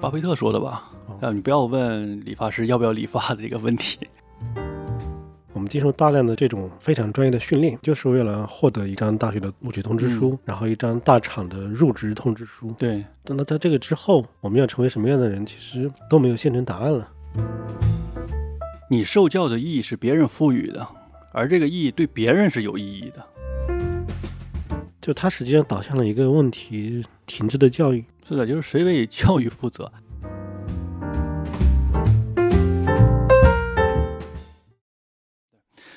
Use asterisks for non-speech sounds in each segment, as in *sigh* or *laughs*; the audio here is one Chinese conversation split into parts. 巴菲特说的吧？啊，你不要问理发师要不要理发的这个问题。我们接受大量的这种非常专业的训练，就是为了获得一张大学的录取通知嗯书，然后一张大厂的入职通知书。对，但那在这个之后，我们要成为什么样的人，其实都没有现成答案了。你受教的意义是别人赋予的，而这个意义对别人是有意义的。就它实际上导向了一个问题：停滞的教育。是的，就是谁为教育负责？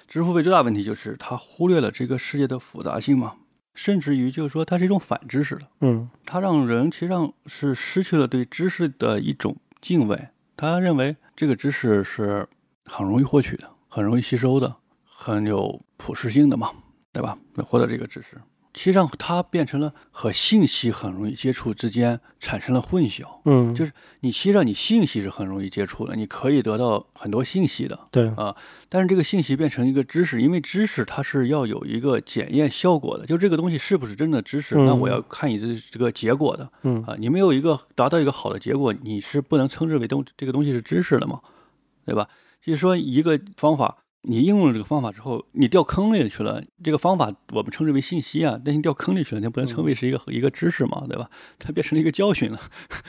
支付费最大问题就是它忽略了这个世界的复杂性嘛，甚至于就是说它是一种反知识的，嗯，它让人其实上是失去了对知识的一种敬畏。他认为这个知识是很容易获取的，很容易吸收的，很有普适性的嘛，对吧？获得这个知识，其实上它变成了和信息很容易接触之间产生了混淆。嗯，就是你其实上你信息是很容易接触的，你可以得到很多信息的，对，但是这个信息变成一个知识，因为知识它是要有一个检验效果的，就这个东西是不是真的知识，嗯那我要看你的这个结果的嗯啊。你没有一个达到一个好的结果，你是不能称之为东这个东西是知识的嘛，对吧？就是说一个方法，你应用了这个方法之后，你掉坑里去了，这个方法我们称之为信息啊，但是你掉坑里去了，那不能称为是一个、一个知识嘛，对吧？它变成了一个教训了，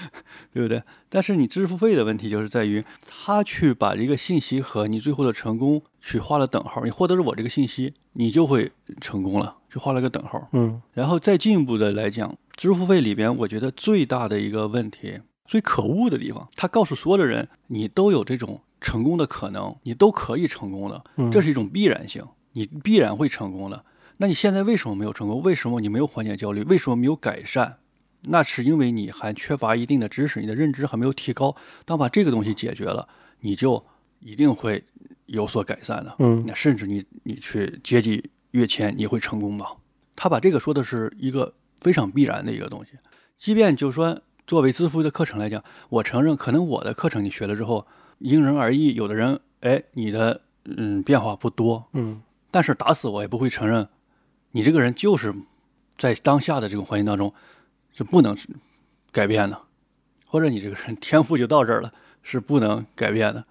*laughs* 对不对？但是你知识付费的问题就是在于，他去把这个信息和你最后的成功去画了等号，你获得了我这个信息，你就会成功了，就画了个等号。嗯然后再进一步的来讲，知识付费里边，我觉得最大的一个问题、最可恶的地方，它告诉所有的人，你都有这种成功的可能，你都可以成功的，嗯，这是一种必然性，你必然会成功的。那你现在为什么没有成功？为什么你没有缓解焦虑？为什么没有改善？那是因为你还缺乏一定的知识，你的认知还没有提高。当把这个东西解决了，你就一定会有所改善的。嗯那甚至你你去阶级跃迁，你会成功吗？他把这个说的是一个非常必然的一个东西。即便就说作为自负的课程来讲，我承认可能我的课程你学了之后因人而异，有的人哎你的嗯变化不多，嗯但是打死我也不会承认你这个人就是在当下的这种环境当中是不能改变的，或者你这个人天赋就到这儿了是不能改变的，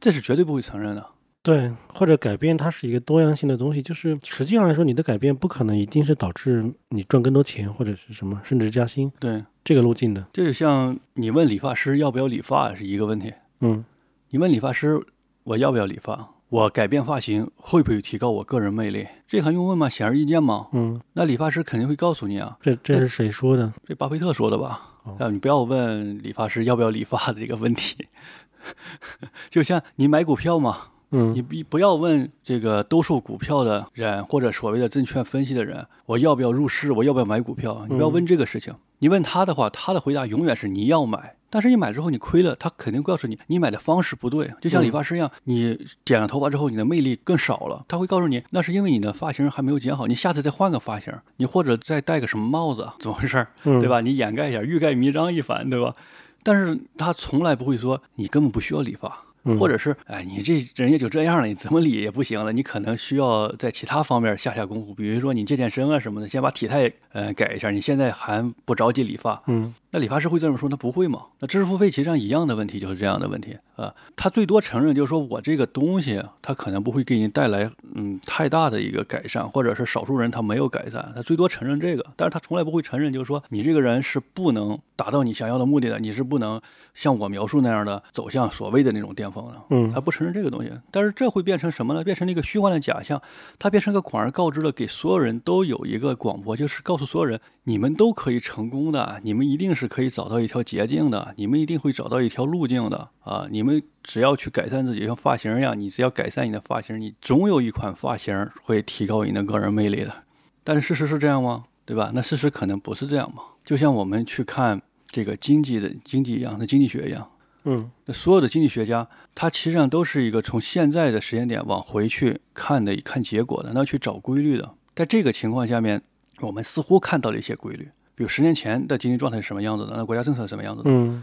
这是绝对不会承认的。对，或者改变它是一个多样性的东西，就是实际上来说，你的改变不可能一定是导致你赚更多钱或者是什么升职加薪对，这个路径的。这就像你问理发师要不要理发是一个问题，嗯你问理发师我要不要理发，我改变发型会不会提高我个人魅力，这还用问吗？显而易见嘛。嗯，那理发师肯定会告诉你啊，这这是谁说的？这巴菲特说的吧哦？啊，你不要问理发师要不要理发的这个问题， *laughs* 就像你买股票嘛，嗯你不不要问这个兜售股票的人或者所谓的证券分析的人，我要不要入市，我要不要买股票？你不要问这个事情。你问他的话，他的回答永远是你要买，但是你买之后你亏了，他肯定告诉你你买的方式不对。就像理发师一样，你剪了头发之后，你的魅力更少了，他会告诉你那是因为你的发型还没有剪好，你下次再换个发型，你或者再戴个什么帽子，怎么回事儿？嗯，对？吧？你掩盖一下，欲盖弥彰一番，对吧？但是他从来不会说你根本不需要理发，嗯或者是哎，你这人也就这样了，你怎么理也不行了，你可能需要在其他方面下下功夫，比如说你健健身啊什么的，先把体态呃改一下。你现在还不着急理发，嗯那理发师会这么说，他不会嘛？那知识付费其实上一样的问题就是这样的问题啊、他最多承认就是说我这个东西，它可能不会给你带来嗯太大的一个改善，或者是少数人他没有改善，他最多承认这个，但是他从来不会承认就是说你这个人是不能达到你想要的目的的，你是不能像我描述那样的走向所谓的那种巅峰的。嗯他不承认这个东西，但是这会变成什么呢？变成了一个虚幻的假象，它变成一个广而告之了，给所有人都有一个广播，就是告诉所有人，你们都可以成功的，你们一定是可以找到一条捷径的，你们一定会找到一条路径的啊！你们只要去改善自己，像发型一样，你只要改善你的发型，你总有一款发型会提高你的个人魅力的。但是事实是这样吗？对吧？那事实可能不是这样嘛。就像我们去看这个经济的经济一样，那经济学一样。嗯那所有的经济学家，他其实上都是一个从现在的时间点往回去看的，看结果的，那去找规律的。在这个情况下面，我们似乎看到了一些规律，比如十年前的经济状态是什么样子的，那国家政策是什么样子的，嗯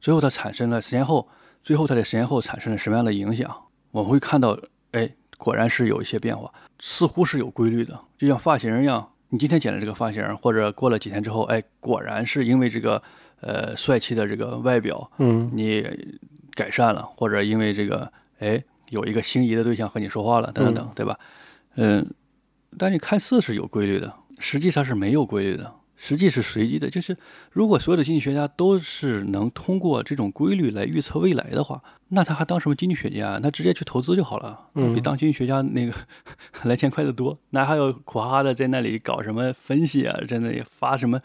最后它产生了十年后，最后它在十年后产生了什么样的影响？我们会看到，哎，果然是有一些变化，似乎是有规律的，就像发型一样，你今天剪了这个发型，或者过了几天之后，哎，果然是因为这个呃帅气的这个外表，嗯你改善了，或者因为这个哎有一个心仪的对象和你说话了，等等等，对吧？嗯，但你看似是有规律的，实际上是没有规律的，实际是随机的。就是如果所有的经济学家都是能通过这种规律来预测未来的话，那他还当什么经济学家？他直接去投资就好了，嗯比当经济学家那个 *laughs* 来钱快得多。那还有苦哈哈的在那里搞什么分析啊，在那里发什么？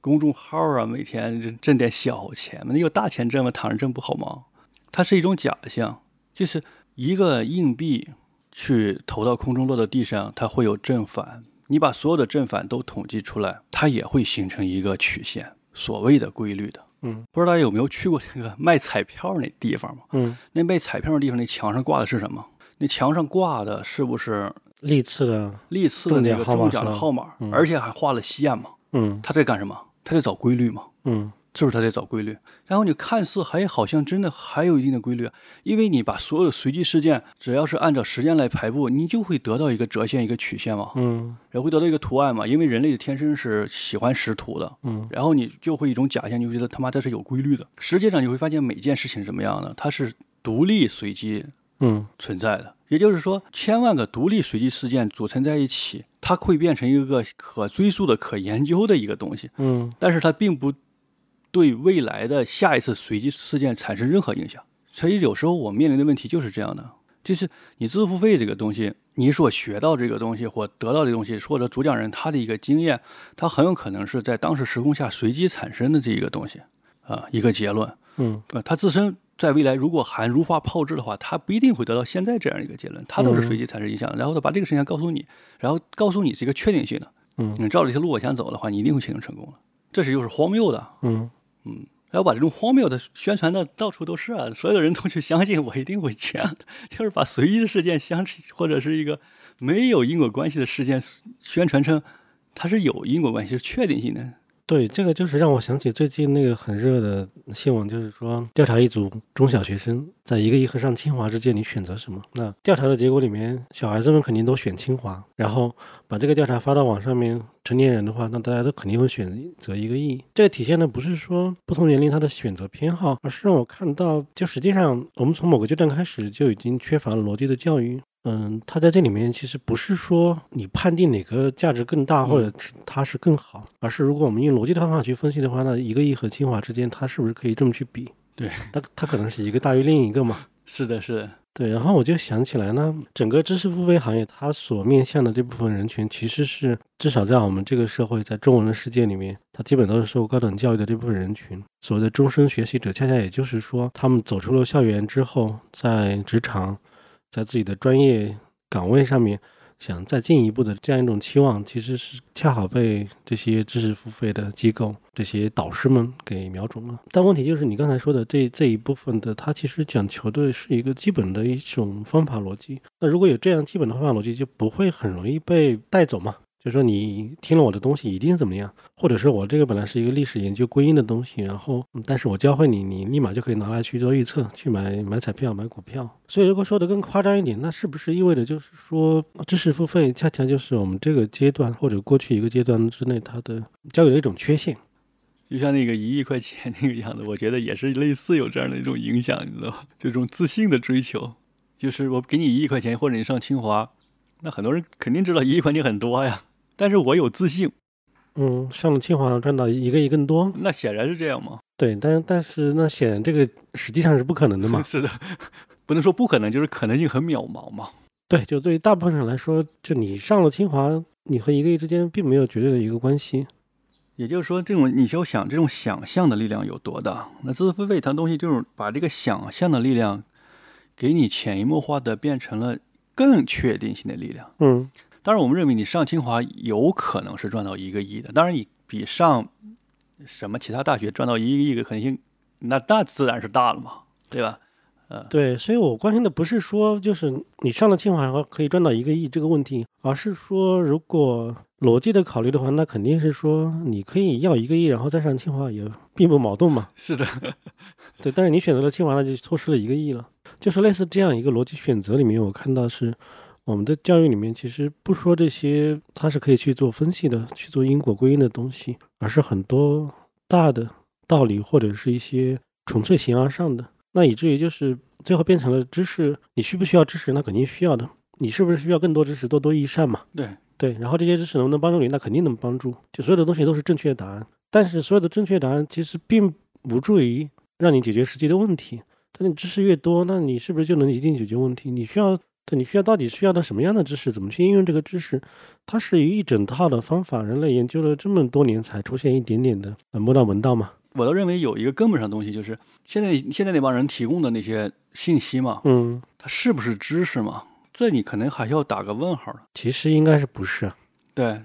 公众号啊，每天挣挣点小钱嘛，那有大钱挣嘛，躺着挣不好吗？它是一种假象，就是一个硬币去投到空中落到地上，它会有正反。你把所有的正反都统计出来，它也会形成一个曲线，所谓的规律的。嗯，不知道大家有没有去过那个卖彩票那地方吗？嗯，那卖彩票的地方，那墙上挂的是什么？那墙上挂的是不是历次的，历次的那个中中奖奖的号号码？嗯而且还画了线嘛？嗯他在干什么？他在找规律嘛？嗯就是他在找规律。然后你看似还好像真的还有一定的规律，因为你把所有的随机事件，只要是按照时间来排布，你就会得到一个折线、一个曲线嘛，嗯然后会得到一个图案嘛。因为人类的天生是喜欢识图的，嗯，然后你就会一种假象，你会觉得他妈这是有规律的。实际上你会发现每件事情是什么样的，它是独立随机嗯存在的。也就是说，千万个独立随机事件组成在一起，它会变成一个可追溯的、可研究的一个东西。嗯但是它并不对未来的下一次随机事件产生任何影响。所以有时候我面临的问题就是这样的，就是你自付费这个东西，你所学到这个东西或得到这个东西，或者主讲人他的一个经验，他很有可能是在当时时空下随机产生的这一个东西，啊、一个结论。嗯呃，他自身在未来如果还如法炮制的话，他不一定会得到现在这样一个结论，他都是随机产生影响的，然后他把这个事情告诉你，然后告诉你是一个确定性的，嗯你照着这条路往前走的话，你一定会取得成功的，这是又是荒谬的，嗯然后把这种荒谬的宣传的到处都是啊，所有的人都去相信我一定会这样的，就是把随机的事件相或者是一个没有因果关系的事件宣传成它是有因果关系是确定性的，对，这个就是让我想起最近那个很热的新闻，就是说调查一组中小学生在一个一和上清华之间，你选择什么？那调查的结果里面，小孩子们肯定都选清华，然后把这个调查发到网上面，成年人的话，那大家都肯定会选择一个亿。这个体现的不是说不同年龄他的选择偏好，而是让我看到，就实际上我们从某个阶段开始就已经缺乏了逻辑的教育。嗯，他在这里面其实不是说你判定哪个价值更大，或者是它是更好，而是如果我们用逻辑的方法去分析的话，那一个亿和清华之间，它是不是可以这么去比？对，它它可能是一个大于另一个嘛。是的，是的，对，然后我就想起来呢，整个知识付费行业，它所面向的这部分人群，其实是至少在我们这个社会，在中文的世界里面，它基本都是受高等教育的这部分人群。所谓的终身学习者，恰恰也就是说，他们走出了校园之后，在职场，在自己的专业岗位上面，想再进一步的这样一种期望，其实是恰好被这些知识付费的机构、这些导师们给瞄准了。但问题就是你刚才说的这这一部分的，它其实讲求的是一个基本的一种方法逻辑。那如果有这样基本的方法逻辑，就不会很容易被带走嘛。就说你听了我的东西一定怎么样，或者是我这个本来是一个历史研究归因的东西，然后嗯但是我教会你，你立马就可以拿来去做预测，去买买彩票、买股票。所以如果说的更夸张一点，那是不是意味着就是说知识付费恰恰就是我们这个阶段或者过去一个阶段之内它的教育的一种缺陷？就像那个一亿块钱那个样子，我觉得也是类似有这样的一种影响，你知道吧？这种自信的追求，就是我给你一亿块钱，或者你上清华，那很多人肯定知道一亿块钱很多呀，但是我有自信，嗯，上了清华赚到一个亿更多，那显然是这样嘛？。对，但但是那显然这个实际上是不可能的 *laughs* 嘛是的，不能说不可能，就是可能性很渺茫嘛。对，就对于大部分人来说，就你上了清华，你和一个亿之间并没有绝对的一个关系。也就是说，这种你就想这种想象的力量有多大？那知识付费它东西就是把这个想象的力量，给你潜移默化的变成了更确定性的力量。嗯当然，我们认为你上清华有可能是赚到一个亿的，当然你比上什么其他大学赚到一个亿的可能性，那那自然是大了嘛，对吧？对，所以我关心的不是说就是你上了清华后可以赚到一个亿这个问题，而是说如果逻辑的考虑的话，那肯定是说你可以要一个亿，然后再上清华也并不矛盾嘛。是的，对，但是你选择了清华，那就错失了一个亿了。就是类似这样一个逻辑选择里面，我看到是我们的教育里面其实不说这些，它是可以去做分析的，去做因果归因的东西，而是很多大的道理或者是一些纯粹形而上的，那以至于就是最后变成了知识，你需不需要知识？那肯定需要的。你是不是需要更多知识，多多益善嘛？对对，然后这些知识能不能帮助你？那肯定能帮助。就所有的东西都是正确的答案，但是所有的正确答案其实并无助于让你解决实际的问题。但你知识越多，那你是不是就能一定解决问题？你需要对，你需要到底需要的什么样的知识？怎么去应用这个知识？它是一整套的方法，人类研究了这么多年才出现一点点的呃摸到门道嘛。我倒认为有一个根本上的东西，就是现在现在那帮人提供的那些信息嘛，嗯，它是不是知识嘛？这你可能还要打个问号呢。其实应该是不是？啊对，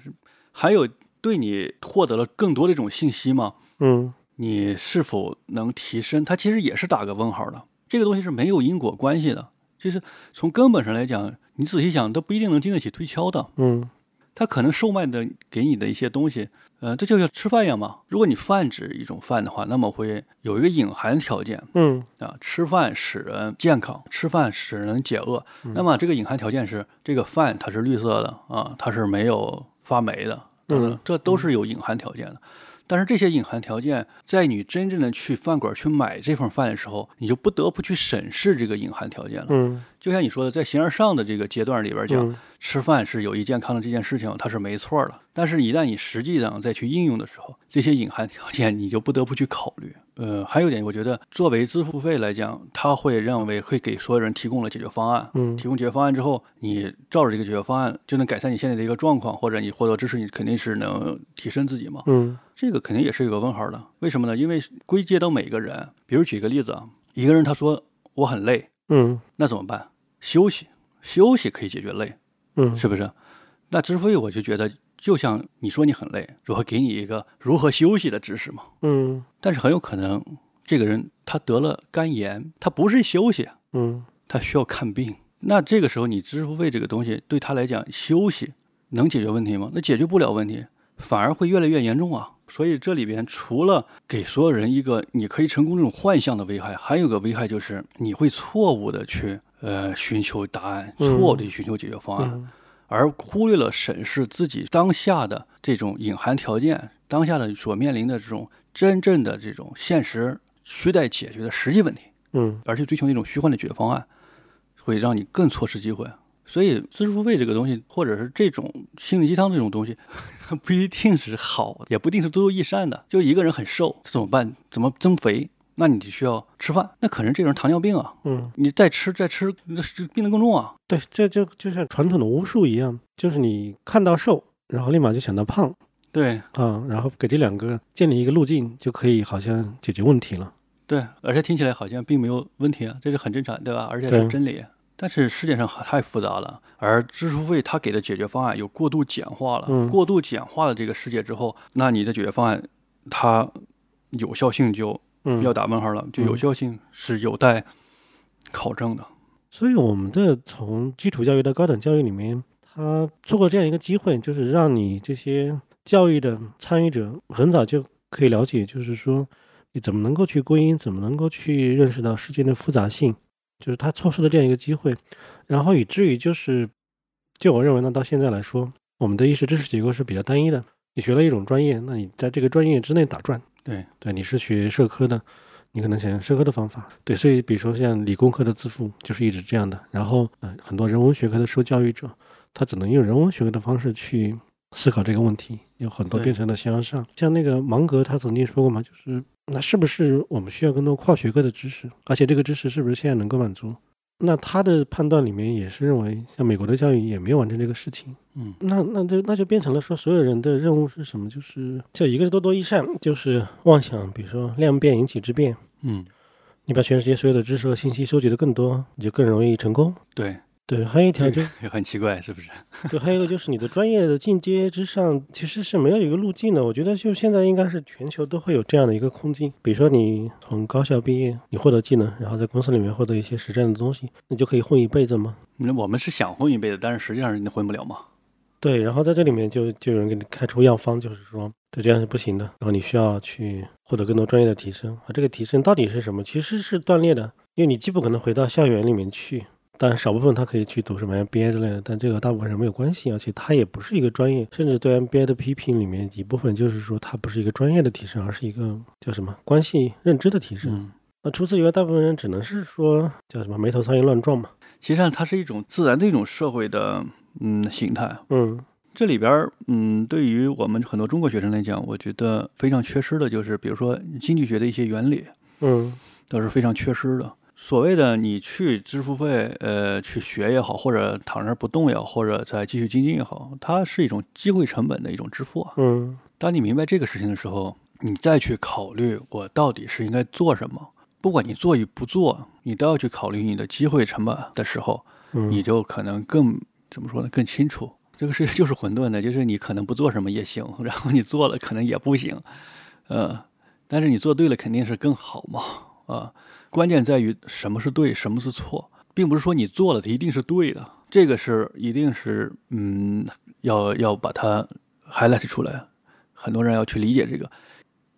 还有对你获得了更多的一种信息嘛，嗯，你是否能提升？它其实也是打个问号的。这个东西是没有因果关系的，就是从根本上来讲，你仔细想，它不一定能经得起推敲的。嗯，它可能售卖的给你的一些东西，呃，这就像吃饭一样嘛。如果你泛指一种饭的话，那么会有一个隐含条件嗯，啊，吃饭使人健康，吃饭使人解饿。嗯那么这个隐含条件是，这个饭它是绿色的啊，它是没有发霉的，啊嗯，这都是有隐含条件的。但是这些隐含条件，在你真正的去饭馆去买这份饭的时候，你就不得不去审视这个隐含条件了。嗯，就像你说的，在形而上的这个阶段里边讲，嗯吃饭是有益健康的这件事情，它是没错儿的。但是，一旦你实际上再去应用的时候，这些隐含条件你就不得不去考虑。呃，还有一点，我觉得作为支付费来讲，它会认为会给所有人提供了解决方案。嗯提供解决方案之后，你照着这个解决方案就能改善你现在的一个状况，或者你获得知识，你肯定是能提升自己嘛。嗯，这个肯定也是有个问号的。为什么呢？因为归结到每个人，比如举个例子啊，一个人他说我很累，嗯，那怎么办？休息，休息可以解决累，嗯，是不是？那支付费我就觉得，就像你说你很累，我会给你一个如何休息的知识嘛。嗯，但是很有可能这个人他得了肝炎，他不是休息，啊嗯，他需要看病。那这个时候你支付费这个东西对他来讲，休息能解决问题吗？那解决不了问题，反而会越来越严重啊。所以这里边除了给所有人一个你可以成功这种幻象的危害，还有个危害就是你会错误的去呃寻求答案，嗯错误的寻求解决方案，嗯，而忽略了审视自己当下的这种隐含条件，当下的所面临的这种真正的这种现实需待解决的实际问题。嗯，而去追求那种虚幻的解决方案，会让你更错失机会。所以，知识付费这个东西，或者是这种心灵鸡汤这种东西， *laughs* 它不一定是好的，也不一定是多多益善的。就一个人很瘦，他怎么办？怎么增肥？那你就需要吃饭。那可能这个人糖尿病啊，嗯，你再吃再吃，那是病得更重啊。对，这就就像传统的巫术一样，就是你看到瘦，然后立马就想到胖对啊，然后给这两个建立一个路径，就可以好像解决问题了。对，而且听起来好像并没有问题啊，这是很正常，对吧？而且对是真理。但是世界上很太复杂了，而知识付费它给的解决方案有过度简化了，嗯过度简化了这个世界之后，那你的解决方案它有效性就嗯，要打问号了，就有效性是有待考证的。所以我们的从基础教育到高等教育里面，他错过这样一个机会，就是让你这些教育的参与者很早就可以了解，就是说你怎么能够去归因，怎么能够去认识到事件的复杂性，就是他错失了这样一个机会，然后以至于就是，就我认为呢，到现在来说，我们的意识知识结构是比较单一的。你学了一种专业，那你在这个专业之内打转，对对，你是学社科的，你可能想用社科的方法。对，所以比如说像理工科的自负就是一直这样的，然后呃，很多人文学科的受教育者，他只能用人文学科的方式去思考这个问题，有很多对变成了向上。像那个芒格他曾经说过嘛，就是那是不是我们需要更多跨学科的知识，而且这个知识是不是现在能够满足？那他的判断里面也是认为，像美国的教育也没有完成这个事情，嗯，那那就那就变成了说，所有人的任务是什么？就是就一个是多多益善，就是妄想，比如说量变引起质变，嗯，你把全世界所有的知识和信息收集的更多，你就更容易成功。对，对，还有一条就很奇怪，是不是？对，还有一个就是你的专业的进阶之上，其实是没有一个路径的。我觉得就现在应该是全球都会有这样的一个空间。比如说你从高校毕业，你获得技能，然后在公司里面获得一些实战的东西，你就可以混一辈子嘛。那我们是想混一辈子，但是实际上你混不了嘛。对，然后在这里面就就有人给你开出药方，就是说，对，这样是不行的。然后你需要去获得更多专业的啊提升，而这个提升到底是什么，其实是断裂的，因为你既不可能回到校园里面去，当然，少部分他可以去读什么 MBA 之类的，但这个大部分人没有关系，而且他也不是一个专业，甚至对 MBA 的批评里面一部分就是说它不是一个专业的提升，而是一个叫什么关系认知的提升。嗯，那除此以外，大部分人只能是说叫什么眉头苍蝇乱撞嘛。其实上它是一种自然的一种社会的嗯形态。嗯这里边儿，嗯，对于我们很多中国学生来讲，我觉得非常缺失的就是，比如说经济学的一些原理嗯都是非常缺失的。所谓的你去支付费，呃，去学也好，或者躺那儿不动也好，或者再继续精进也好，它是一种机会成本的一种支付啊。嗯当你明白这个事情的时候，你再去考虑我到底是应该做什么。不管你做与不做，你都要去考虑你的机会成本的时候，嗯，你就可能更怎么说呢？更清楚这个世界就是混沌的，就是你可能不做什么也行， *laughs* 然后你做了可能也不行，呃，但是你做对了肯定是更好嘛，啊、关键在于什么是对，什么是错，并不是说你做了它一定是对的，这个是一定是嗯，要要把它 highlight 出来，很多人要去理解这个。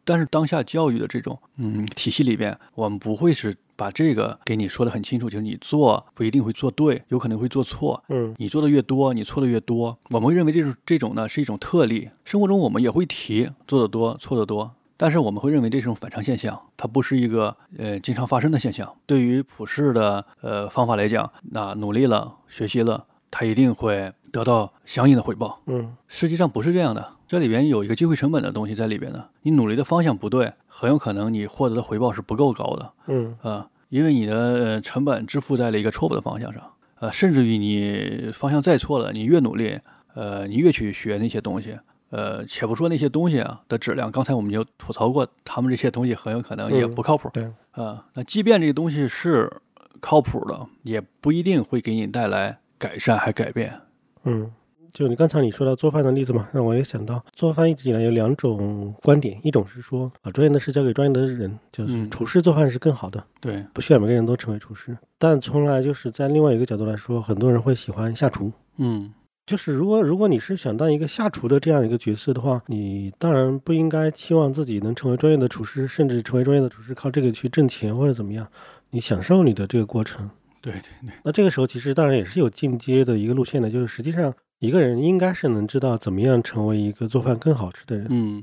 但是当下教育的这种嗯体系里边，我们不会是把这个给你说的很清楚，就是你做不一定会做对，有可能会做错。嗯你做的越多，你错的越多。我们会认为这种这种呢是一种特例，生活中我们也会提做的多，错的多。但是我们会认为这是种反常现象，它不是一个呃经常发生的现象。对于普世的呃方法来讲，那努力了、学习了，它一定会得到相应的回报。嗯实际上不是这样的，这里边有一个机会成本的东西在里边的。你努力的方向不对，很有可能你获得的回报是不够高的，嗯呃，因为你的呃成本支付在了一个错误的方向上，呃，甚至于你方向再错了，你越努力，呃，你越去学那些东西，呃，且不说那些东西啊的质量，刚才我们就吐槽过，他们这些东西很有可能也嗯不靠谱，对，呃，那即便这个东西是靠谱的，也不一定会给你带来改善还改变，嗯，就你刚才你说到做饭的例子嘛，让我也想到做饭一直以来有两种观点，一种是说把专业的事交给专业的人，就是嗯厨师做饭是更好的，对，不需要每个人都成为厨师。但从来就是在另外一个角度来说，很多人会喜欢下厨。嗯就是如果如果你是想当一个下厨的这样一个角色的话，你当然不应该期望自己能成为专业的厨师，甚至成为专业的厨师靠这个去挣钱或者怎么样。你享受你的这个过程，对对对。那这个时候其实当然也是有进阶的一个路线的，就是实际上一个人应该是能知道怎么样成为一个做饭更好吃的人，嗯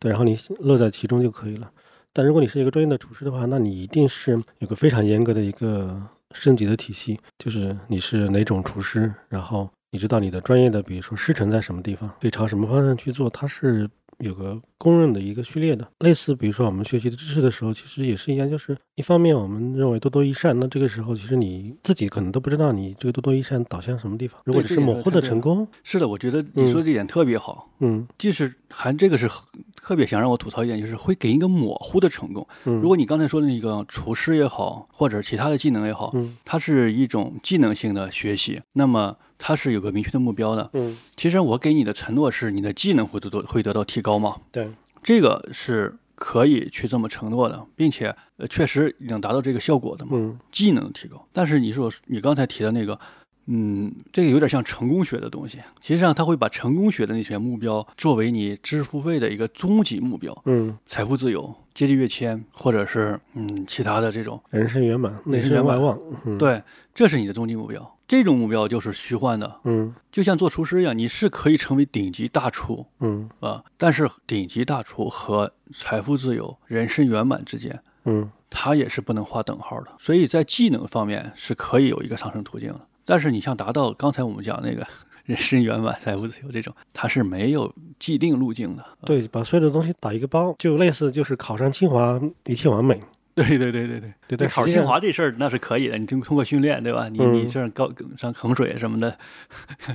对，然后你乐在其中就可以了。但如果你是一个专业的厨师的话，那你一定是有个非常严格的一个升级的体系，就是你是哪种厨师，然后你知道你的专业的，比如说师承在什么地方，可以朝什么方向去做，它是有个公认的一个序列的。类似比如说我们学习的知识的时候，其实也是一样，就是一方面我们认为多多益善，那这个时候其实你自己可能都不知道你这个多多益善导向什么地方，如果对只这是也模是糊太的对成了功，是的，我觉得你说嗯这点特别好，嗯就是还这个是很特别想让我吐槽一点，就是会给一个模糊的成功。嗯，如果你刚才说的那个厨师也好，或者其他的技能也好，嗯它是一种技能性的学习，那么它是有个明确的目标的。嗯其实我给你的承诺是，你的技能会得到会得到提高嘛？对，这个是可以去这么承诺的，并且呃确实能达到这个效果的嘛？嗯技能提高。但是你说你刚才提的那个，嗯，这个有点像成功学的东西。其实上，他会把成功学的那些目标作为你知识付费的一个终极目标，嗯，财富自由、阶级跃迁，或者是嗯其他的这种。人生圆满，内人生圆生外满望，嗯对，这是你的终极目标。这种目标就是虚幻的，嗯就像做厨师一样，你是可以成为顶级大厨嗯啊、但是顶级大厨和财富自由、人生圆满之间，嗯它也是不能划等号的。所以在技能方面是可以有一个上升途径的，但是你想达到刚才我们讲那个 *laughs* 人生圆满、财富自由这种，它是没有既定路径的。呃对，把所有的东西打一个包，就类似就是考上清华一切完美。对对对对对，对，你但考实际清上华这事儿那是可以的，你就通过训练，对吧？你嗯你上高上衡水什么的，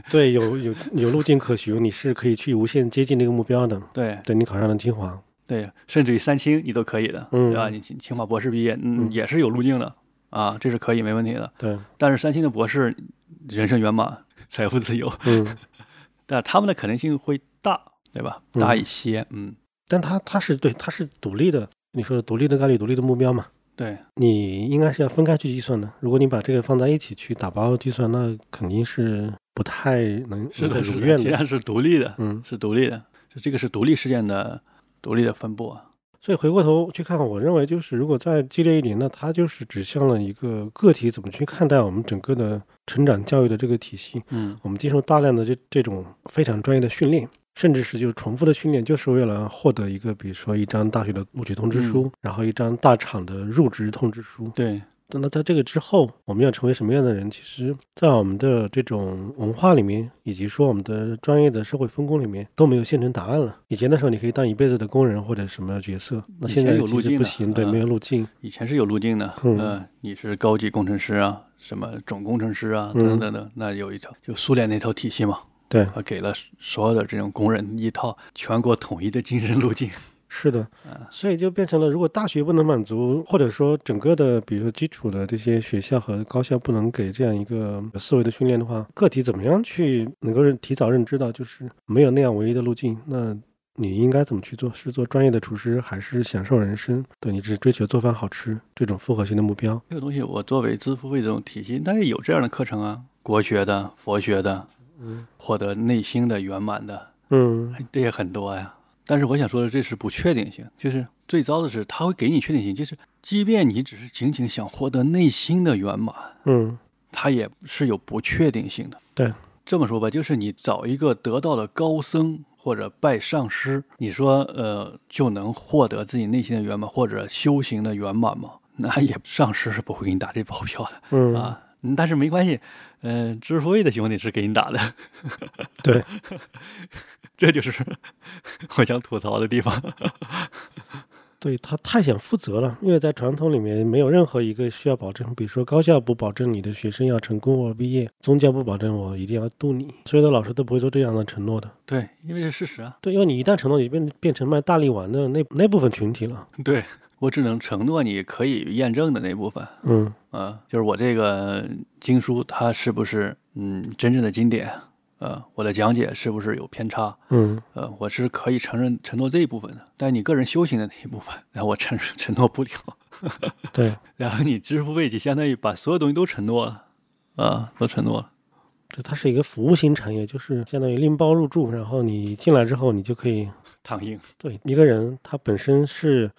对有有有路径可循，你是可以去无限接近那个目标的。对对你考上了清华，对，甚至于三清你都可以的，嗯对吧？你清清华博士毕业，嗯，嗯也是有路径的啊，这是可以没问题的。对，但是三清的博士，人生圆满，财富自由，嗯，但他们的可能性会大，对吧？嗯大一些，嗯，但他他是对他是独立的，你说的独立的概率、独立的目标嘛，对，你应该是要分开去计算的。如果你把这个放在一起去打包计算，那肯定是不太能是能的，够是如的，愿其实际的。上是独立的，嗯是独立的，就这个是独立事件的独立的分布啊。所以回过头去看，我认为就是如果再激烈一点，那它就是指向了一个个体怎么去看待我们整个的成长教育的这个体系。嗯我们接受大量的这这种非常专业的训练，甚至是就是重复的训练，就是为了获得一个，比如说一张大学的录取通知书，然后一张大厂的入职通知书。对，那那在这个之后，我们要成为什么样的人？其实，在我们的这种文化里面，以及说我们的专业的社会分工里面，都没有现成答案了。以前的时候，你可以当一辈子的工人或者什么角色，那以现在前有其路实径不的行，对，嗯没有路径。以前是有路径的，嗯呃，你是高级工程师啊，什么总工程师啊，嗯等等等等，那有一套就苏联那套体系嘛，对它给了所有的这种工人一套全国统一的精神路径， *laughs* 是的嗯，所以就变成了，如果大学不能满足，或者说整个的，比如说基础的这些学校和高校不能给这样一个思维的训练的话，个体怎么样去能够认提早认知到，就是没有那样唯一的路径，那你应该怎么去做？是做专业的厨师，还是享受人生？对你只追求做饭好吃这种复合型的目标？这个东西我作为自付费这种体系，但是有这样的课程啊，国学的、佛学的，嗯获得内心的圆满的，嗯哎这也很多呀。但是我想说的，这是不确定性，就是最糟的是，它会给你确定性，就是即便你只是仅仅想获得内心的圆满，嗯，它也是有不确定性的。对，这么说吧，就是你找一个得道的高僧或者拜上师，你说呃就能获得自己内心的圆满或者修行的圆满吗？那也上师是不会给你打这包票的、嗯啊。嗯但是没关系，嗯、呃，知识付费的兄弟是给你打 *laughs* 的，对，这就是 *laughs* 我想吐槽的地方。对他太想负责了，因为在传统里面没有任何一个需要保证，比如说高校不保证你的学生要成功或毕业，宗教不保证我一定要度你，所有的老师都不会做这样的承诺的。对，因为是事实啊。对，因为你一旦承诺，你就变变成卖大力丸的那那部分群体了。对我只能承诺你可以验证的那部分，嗯，呃，就是我这个经书它是不是嗯真正的经典？呃，我的讲解是不是有偏差？嗯，呃，我是可以承认承诺这一部分的，但你个人修行的那一部分，然后我承 *laughs* 承诺不了。对，然后你支付费就相当于把所有东西都承诺了，啊、都承诺了。这它是一个服务型产业，就是相当于拎包入住，然后你进来之后，你就可以躺赢，对一个人他本身是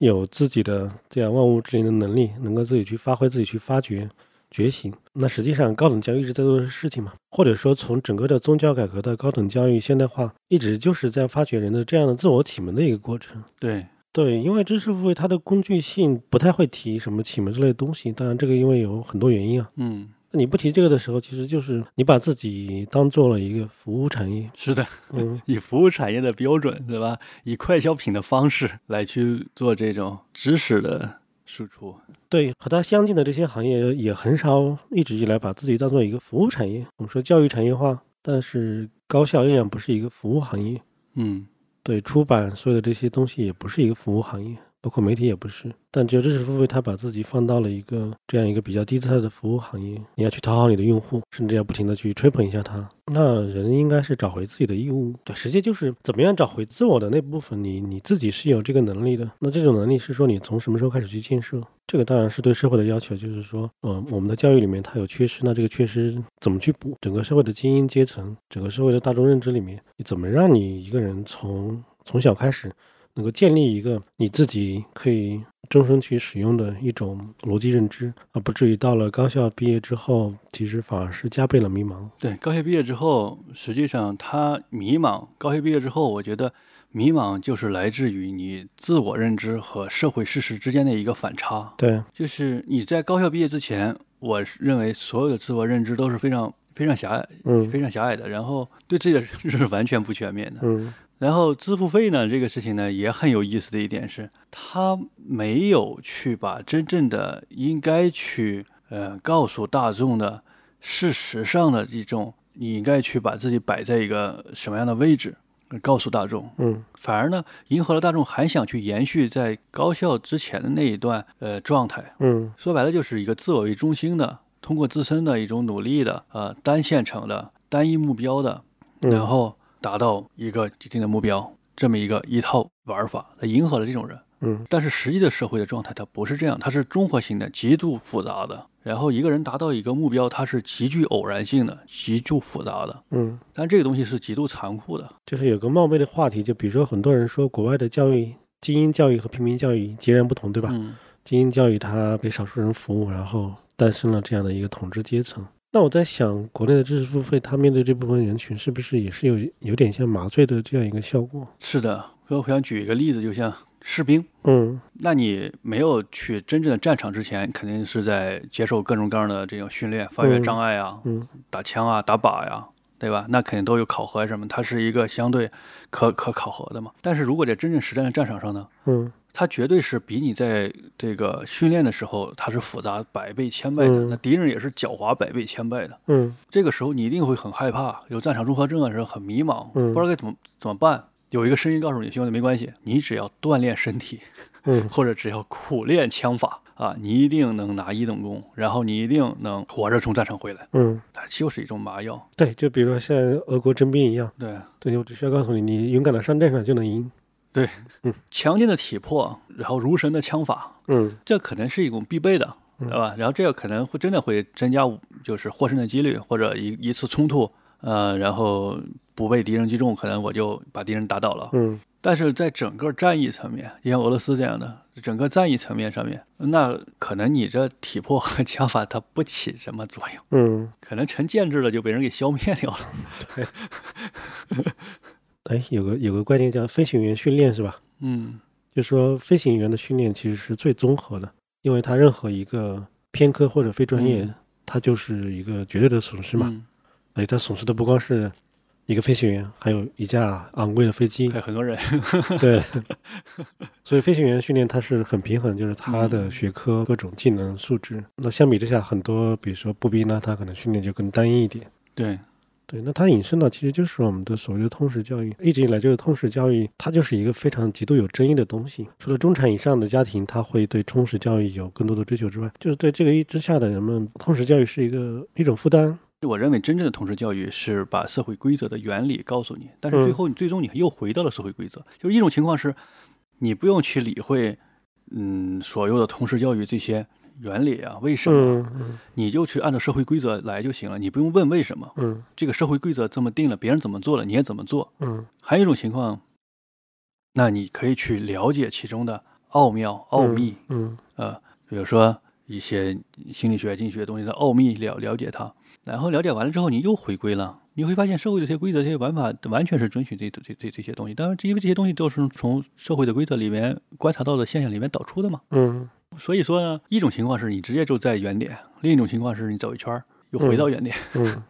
有自己的这样万物之灵的能力，能够自己去发挥、自己去发掘、觉醒。那实际上，高等教育一直在做的事情嘛，或者说从整个的宗教改革到高等教育现代化，一直就是在发掘人的这样的自我启蒙的一个过程。对，对，因为知识付费它的工具性不太会提什么启蒙之类的东西，当然这个因为有很多原因啊。嗯，那你不提这个的时候，其实就是你把自己当做了一个服务产业，是的，嗯，以服务产业的标准，对吧？以快消品的方式来去做这种知识的输出，对，和它相近的这些行业也很少一直以来把自己当做一个服务产业。我们说教育产业化，但是高校依然不是一个服务行业。嗯。对，出版所有的这些东西也不是一个服务行业，包括媒体也不是。但只有知识付费，它把自己放到了一个这样一个比较低姿态的服务行业，你要去讨好你的用户，甚至要不停的去吹捧一下它。那人应该是找回自己的义务，对，实际就是怎么样找回自我的那部分，你你自己是有这个能力的。那这种能力是说你从什么时候开始去建设？这个当然是对社会的要求，就是说，嗯，我们的教育里面它有缺失，那这个缺失怎么去补？整个社会的精英阶层，整个社会的大众认知里面，你怎么让你一个人从从小开始能够建立一个你自己可以终身去使用的一种逻辑认知，而不至于到了高校毕业之后，其实反而是加倍了迷茫。对，高校毕业之后，实际上他迷茫。高校毕业之后，我觉得迷茫就是来自于你自我认知和社会事实之间的一个反差。对，就是你在高校毕业之前，我是认为所有的自我认知都是非常非常狭隘、嗯非常狭隘的，然后对自己的认知是完全不全面的。嗯然后支付费呢，这个事情呢也很有意思的一点是，他没有去把真正的应该去呃告诉大众的事实上的一种，你应该去把自己摆在一个什么样的位置、呃告诉大众，嗯反而呢迎合了大众还想去延续在高校之前的那一段呃状态，嗯说白了就是一个自我为中心的，通过自身的一种努力的呃单线程的单一目标的嗯，然后达到一个既定的目标，这么一个一套玩法，它迎合了这种人。嗯但是实际的社会的状态它不是这样，它是综合性的，极度复杂的。然后一个人达到一个目标，它是极具偶然性的，极度复杂的。嗯，但这个东西是极度残酷的，就是有个冒昧的话题，就比如说很多人说国外的教育精英教育和平民教育截然不同，对吧？嗯精英教育它给少数人服务，然后诞生了这样的一个统治阶层。那我在想，国内的知识付费，它面对这部分人群，是不是也是有有点像麻醉的这样一个效果？是的。所以我想举一个例子，就像士兵，嗯那你没有去真正的战场之前，肯定是在接受各种各样的这种训练，发嗯现障碍啊，嗯打枪啊、打靶呀、对吧？那肯定都有考核什么，它是一个相对可可考核的嘛。但是如果在真正实战的战场上呢，嗯它绝对是比你在这个训练的时候，它是复杂百倍千倍的，嗯那敌人也是狡猾百倍千倍的。嗯这个时候你一定会很害怕，有战场综合症的时候很迷茫，嗯不知道该怎么怎么办。有一个声音告诉你，兄弟，没关系，你只要锻炼身体，嗯或者只要苦练枪法啊，你一定能拿一等功，然后你一定能活着从战场回来。嗯，它就是一种麻药，对，就比如说像俄国征兵一样，对。对我只需要告诉你，你勇敢的上战场就能赢。强劲的体魄，然后如神的枪法，嗯这可能是一种必备的，对吧？然后这个可能会真的会增加就是获胜的几率，或者一一次冲突，呃，然后不被敌人击中，可能我就把敌人打倒了。嗯但是在整个战役层面，就像俄罗斯这样的整个战役层面上面，那可能你这体魄和枪法它不起什么作用，嗯，可能成建制了就被人给消灭掉了。哎，有个有个观念叫飞行员训练是吧？嗯就说飞行员的训练其实是最综合的，因为他任何一个偏科或者非专业，嗯他就是一个绝对的损失嘛。嗯，而且他损失的不光是一个飞行员，还有一架昂贵的飞机还。有很多人， *laughs* 对，所以飞行员训练它是很平衡，就是他的嗯学科、各种技能、素质。那相比之下，很多比如说步兵呢，他可能训练就更单一一点。对，对，那它引申到其实就是我们的所谓的通识教育，一直以来就是通识教育，它就是一个非常极度有争议的东西。除了中产以上的家庭，他会对通识教育有更多的追求之外，就是对这个一之下的人们，通识教育是一个一种负担。我认为真正的同时教育是把社会规则的原理告诉你，嗯但是最后你最终你又回到了社会规则。就是一种情况是，你不用去理会，嗯，所有的同时教育这些原理啊、为什么，嗯嗯你就去按照社会规则来就行了，你不用问为什么，嗯这个社会规则这么定了，别人怎么做了你也怎么做。嗯还有一种情况，那你可以去了解其中的奥妙、奥秘，嗯呃，比如说一些心理学、经济学东西的奥秘了了解它，然后了解完了之后，你又回归了，你会发现社会的这些规则、这些玩法完全是遵循这这这这些东西。当然，因为这些东西都是从社会的规则里面观察到的现象里面导出的嘛。嗯所以说呢，一种情况是你直接就在原点，另一种情况是你走一圈儿又回到原点。 *laughs* 嗯，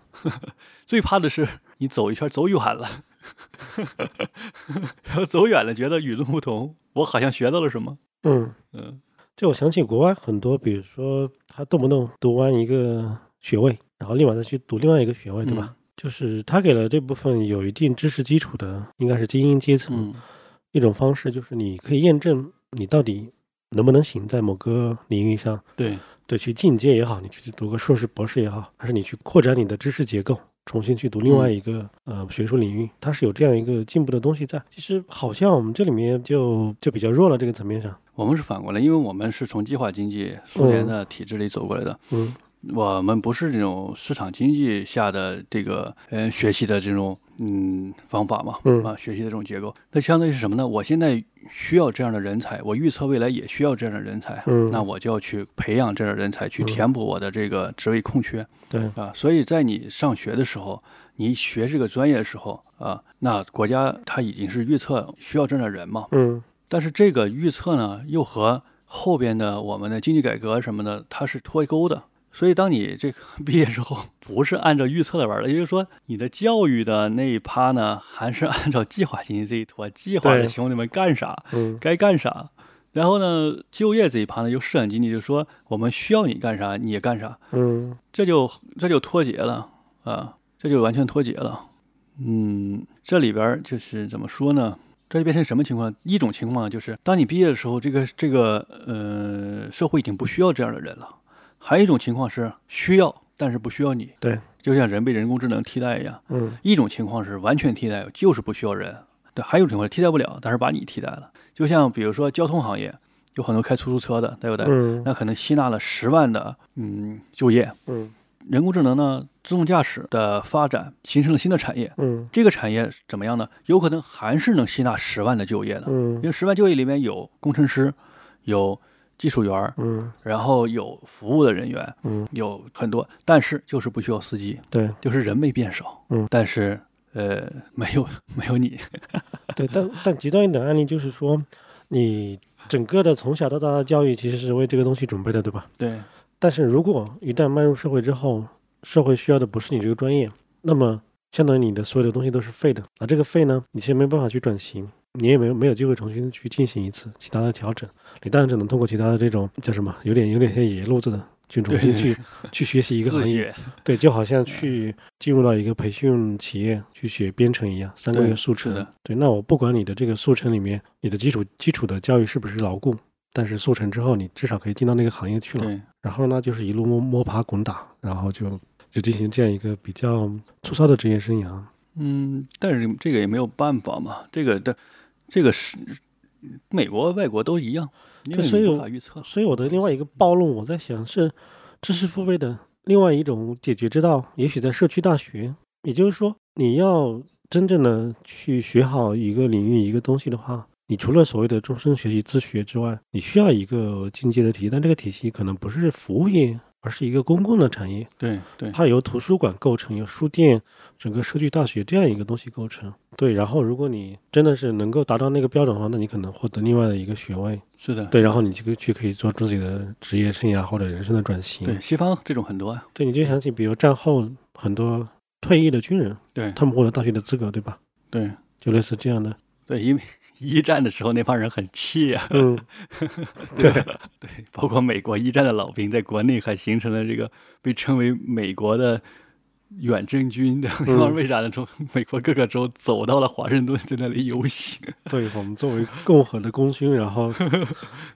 最怕的是你走一圈儿走远了。 *laughs* 然后走远了，觉得与众不同，我好像学到了什么。嗯，嗯这我想起国外很多，比如说他动不动读完一个学位，然后立马再去读另外一个学位，对嗯吧？就是他给了这部分有一定知识基础的，应该是精英阶层。嗯一种方式，就是你可以验证你到底能不能行在某个领域上，对，对，去进阶也好，你去读个硕士、博士也好，还是你去扩展你的知识结构，重新去读另嗯外一个、呃学术领域，它是有这样一个进步的东西在。其实好像我们这里面就就比较弱了这个层面上，我们是反过来，因为我们是从计划经济苏联的体制里走过来的，嗯我们不是这种市场经济下的这个呃学习的这种嗯方法嘛，嗯啊学习的这种结构，那相当于是什么呢？我现在需要这样的人才，我预测未来也需要这样的人才，嗯那我就要去培养这样的人才，去嗯填补我的这个职位空缺。对，啊，所以在你上学的时候，你学这个专业的时候啊，那国家它已经是预测需要这样的人嘛，嗯但是这个预测呢，又和后边的我们的经济改革什么的，它是脱钩的。所以，当你这个 *laughs* 毕业之后，不是按照预测的玩了，也就是说，你的教育的那一趴呢，还是按照计划经济这一坨，计划对着兄弟们干啥嗯该干啥。然后呢，就业这一趴呢，又市场经济，就说我们需要你干啥，你也干啥，嗯这就这就脱节了啊，这就完全脱节了。嗯，这里边儿就是怎么说呢？这就变成什么情况？一种情况就是，当你毕业的时候，这个这个呃，社会已经不需要这样的人了；还有一种情况是需要，但是不需要你。对，就像人被人工智能替代一样。嗯一种情况是完全替代，就是不需要人；对，还有一种情况是替代不了，但是把你替代了。就像比如说交通行业，有很多开出租车的，对不对？嗯那可能吸纳了十万的嗯就业，嗯人工智能呢，自动驾驶的发展形成了新的产业。嗯这个产业怎么样呢？有可能还是能吸纳十万的就业的，因嗯为十万就业里面有工程师，有技术员儿，嗯，然后有服务的人员，嗯，有很多，但是就是不需要司机，对就是人没变少，嗯，但是呃， *laughs* 没有没有你， *laughs* 对，但但极端一点的案例就是说，你整个的从小到大的教育其实是为这个东西准备的， *laughs* 对吧？对，但是如果一旦迈入社会之后，社会需要的不是你这个专业，那么相当于你的所有的东西都是废的。那这个废呢，你其实没办法去转型，你也没有没有机会重新去进行一次其他的调整，你当然只能通过其他的这种叫什么，有点有点像野路子的。去重新对去去学习 *laughs* 一个自行业，学，对，就好像去进入到一个培训企业去学编程一样，三个对月速是成。的对，那我不管你的这个速成里面，你的基础基础的教育是不是牢固，但是速成之后，你至少可以进到那个行业去了。对，然后呢，就是一路摸摸爬滚打，然后就就进行这样一个比较粗糙的职业生涯。嗯，但是这个也没有办法嘛，这个的这个是美国外国都一样，因为对所以你无我法预测，所以我的另外一个暴露，我在想是知识付费的另外一种解决之道，也许在社区大学。也就是说，你要真正的去学好一个领域一个东西的话，你除了所谓的终身学习自学之外，你需要一个进阶的体系，但这个体系可能不是服务业，而是一个公共的产业。对对它由图书馆构成，由书店、整个社区大学这样一个东西构成。对，然后如果你真的是能够达到那个标准的话，那你可能获得另外的一个学位。是的，对，然后你就可以去可以做自己的职业生涯或者人生的转型。对，西方这种很多啊，对，你就想起比如战后很多退役的军人，对他们获得大学的资格，对吧？对就类似这样的。对，因为 *laughs* 一战的时候那帮人很气啊， *laughs* 嗯，对对，包括美国一战的老兵，在国内还形成了这个被称为美国的远征军 *laughs* 的，那帮嗯为啥呢？从美国各个州走到了华盛顿，在那里游行。 *laughs* 对，我们作为共和的功勋，然后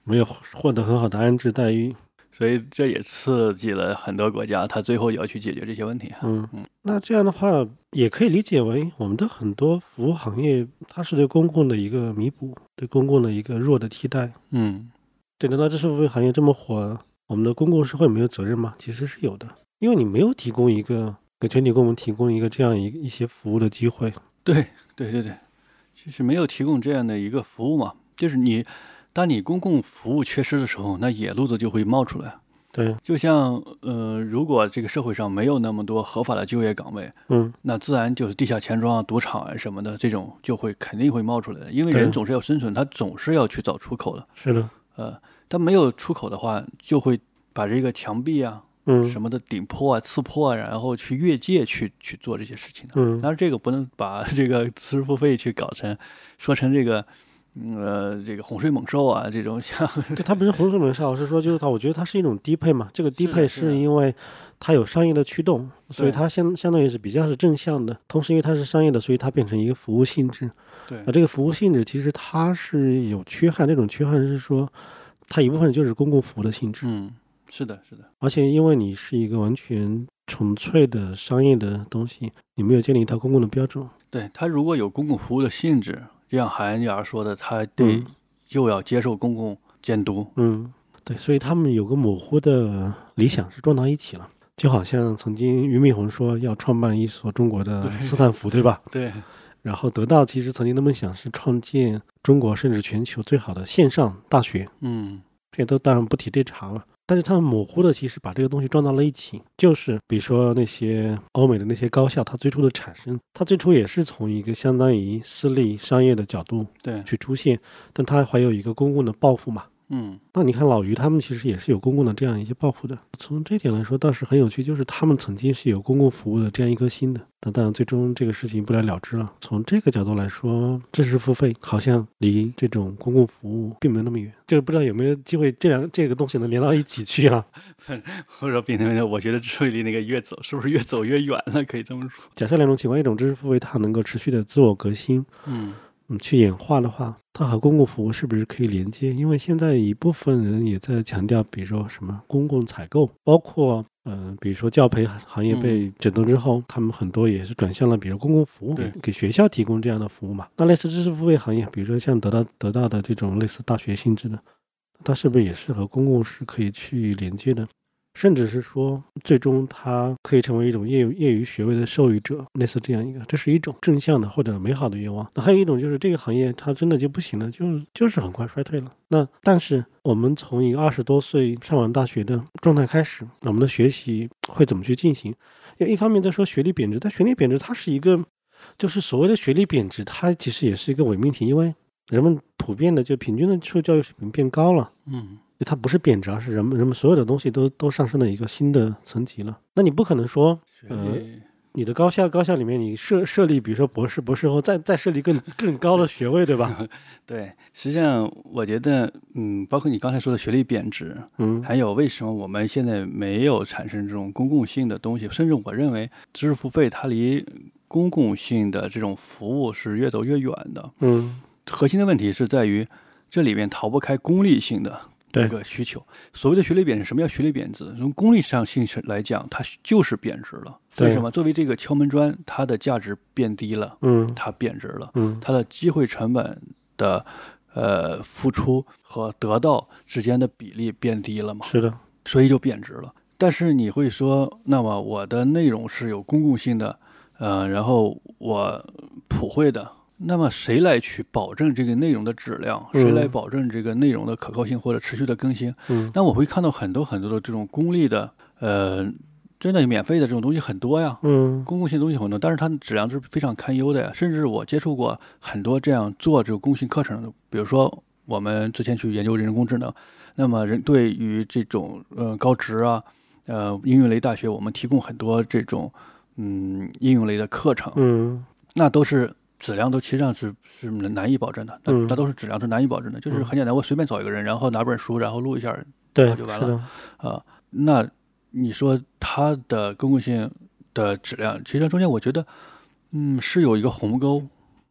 没有获得很好的安置待遇，所以这也刺激了很多国家，他最后也要去解决这些问题啊。嗯嗯，那这样的话，也可以理解为我们的很多服务行业，它是对公共的一个弥补，对公共的一个弱的替代。嗯，对，难道这是服务行业这么火，我们的公共社会没有责任吗？其实是有的，因为你没有提供一个给全体公民提供一个这样一一些服务的机会。对对对对，就是没有提供这样的一个服务嘛，就是你当你公共服务缺失的时候，那野路子就会冒出来。对，就像呃，如果这个社会上没有那么多合法的就业岗位，嗯，那自然就是地下钱庄啊、赌场啊什么的，这种就会肯定会冒出来的，因为对人总是要生存，他总是要去找出口的。是的，呃，他没有出口的话，就会把这个墙壁啊嗯，什么的顶破啊、刺破啊，然后去越界去去做这些事情的。嗯，当然，这个不能把这个知识付费去搞成说成这个，嗯、呃，这个洪水猛兽啊这种像，对，它不是洪水猛兽，我是说，就是它，我觉得它是一种低配嘛。这个低是的配是的是因为它有商业的驱动，所以对它相相当于是比较是正向的。同时，因为它是商业的，所以它变成一个服务性质。对那这个服务性质其实它是有缺憾，这种缺憾是说，它一部分就是公共服务的性 *laughs* 质，嗯，是的，是的，而且因为你是一个完全纯粹的商业的东西，你没有建立一套公共的标准。对他如果有公共服务的性质，就像韩岩说的，他对嗯又要接受公共监督，嗯，对，所以他们有个模糊的理想是撞到一起了，就好像曾经俞敏洪说要创办一所中国的对斯坦福，对吧？对然后得到其实曾经的梦想是创建中国甚至全球最好的线上大学，嗯，这都当然不提这茬了。但是他们模糊的其实把这个东西撞到了一起，就是比如说那些欧美的那些高校，它最初的产生，它最初也是从一个相当于私立商业的角度对，去出现，但它还有一个公共的抱负嘛，嗯，那你看老于他们其实也是有公共的这样一些抱负的。从这点来说，倒是很有趣，就是他们曾经是有公共服务的这样一颗心的，但当然最终这个事情不了了之了。从这个角度来说，知识付费好像离这种公共服务并没有那么远。这个不知道有没有机会，这两这个东西能连到一起去啊？ *laughs* 或者比那个，我觉得智慧离那个越走，是不是越走越远了？可以这么说，假设两种情况，一种知识付费它能够持续的自我革新，嗯，嗯，去演化的话，它和公共服务是不是可以连接？因为现在一部分人也在强调，比如说什么公共采购，包括嗯、呃比如说教培行业嗯被整顿之后，他们很多也是转向了，比如公共服务，对给给学校提供这样的服务嘛。那类似知识付费行业，比如说像得到得到的这种类似大学性质的，它是不是也是和公共是可以去连接的？甚至是说，最终他可以成为一种业余业余学位的授予者，类似这样一个，这是一种正向的或者美好的愿望。那还有一种就是这个行业它真的就不行了，就是就是很快衰退了。那但是我们从一个二十多岁上完大学的状态开始，我们的学习会怎么去进行？因为一方面在说学历贬值，但学历贬值它是一个，就是所谓的学历贬值，它其实也是一个伪命题，因为人们普遍的就平均的受教育水平变高了。嗯，就它不是贬值，而是人们人们所有的东西都都上升了一个新的层级了。那你不可能说学呃历你的高校高校里面你设设立，比如说博士博士后，再再设立更更高的学位，*laughs* 对吧？对，实际上我觉得，嗯，包括你刚才说的学历贬值，嗯还有为什么我们现在没有产生这种公共性的东西，甚至我认为知识付费它离公共性的这种服务是越走越远的。嗯，核心的问题是在于这里面逃不开功利性的对一个需求。所谓的学历贬值，什么叫学历贬值？从功利上性是来讲，它就是贬值了。对为什么？作为这个敲门砖，它的价值变低了，嗯它贬值了，嗯它的机会成本的呃付出和得到之间的比例变低了嘛，是的，所以就贬值了。但是你会说，那么我的内容是有公共性的，呃，然后我普惠的，那么谁来去保证这个内容的质量？嗯谁来保证这个内容的可靠性或者持续的更新？嗯那我会看到很多很多的这种功利的，呃，真的免费的这种东西很多呀。嗯公共性的东西很多，但是它的质量是非常堪忧的呀。甚至我接触过很多这样做这个公共性课程的，比如说我们之前去研究人工智能，那么人对于这种呃高职啊，呃应用类大学，我们提供很多这种嗯应用类的课程，嗯那都是质量都其实上是是难以保证的，那嗯那都是质量是难以保证的，就是很简单，我随便找一个人，然后拿本书，然后录一下，对，那是就完的，啊，那你说它的公共性的质量，其实中间我觉得，嗯，是有一个鸿沟。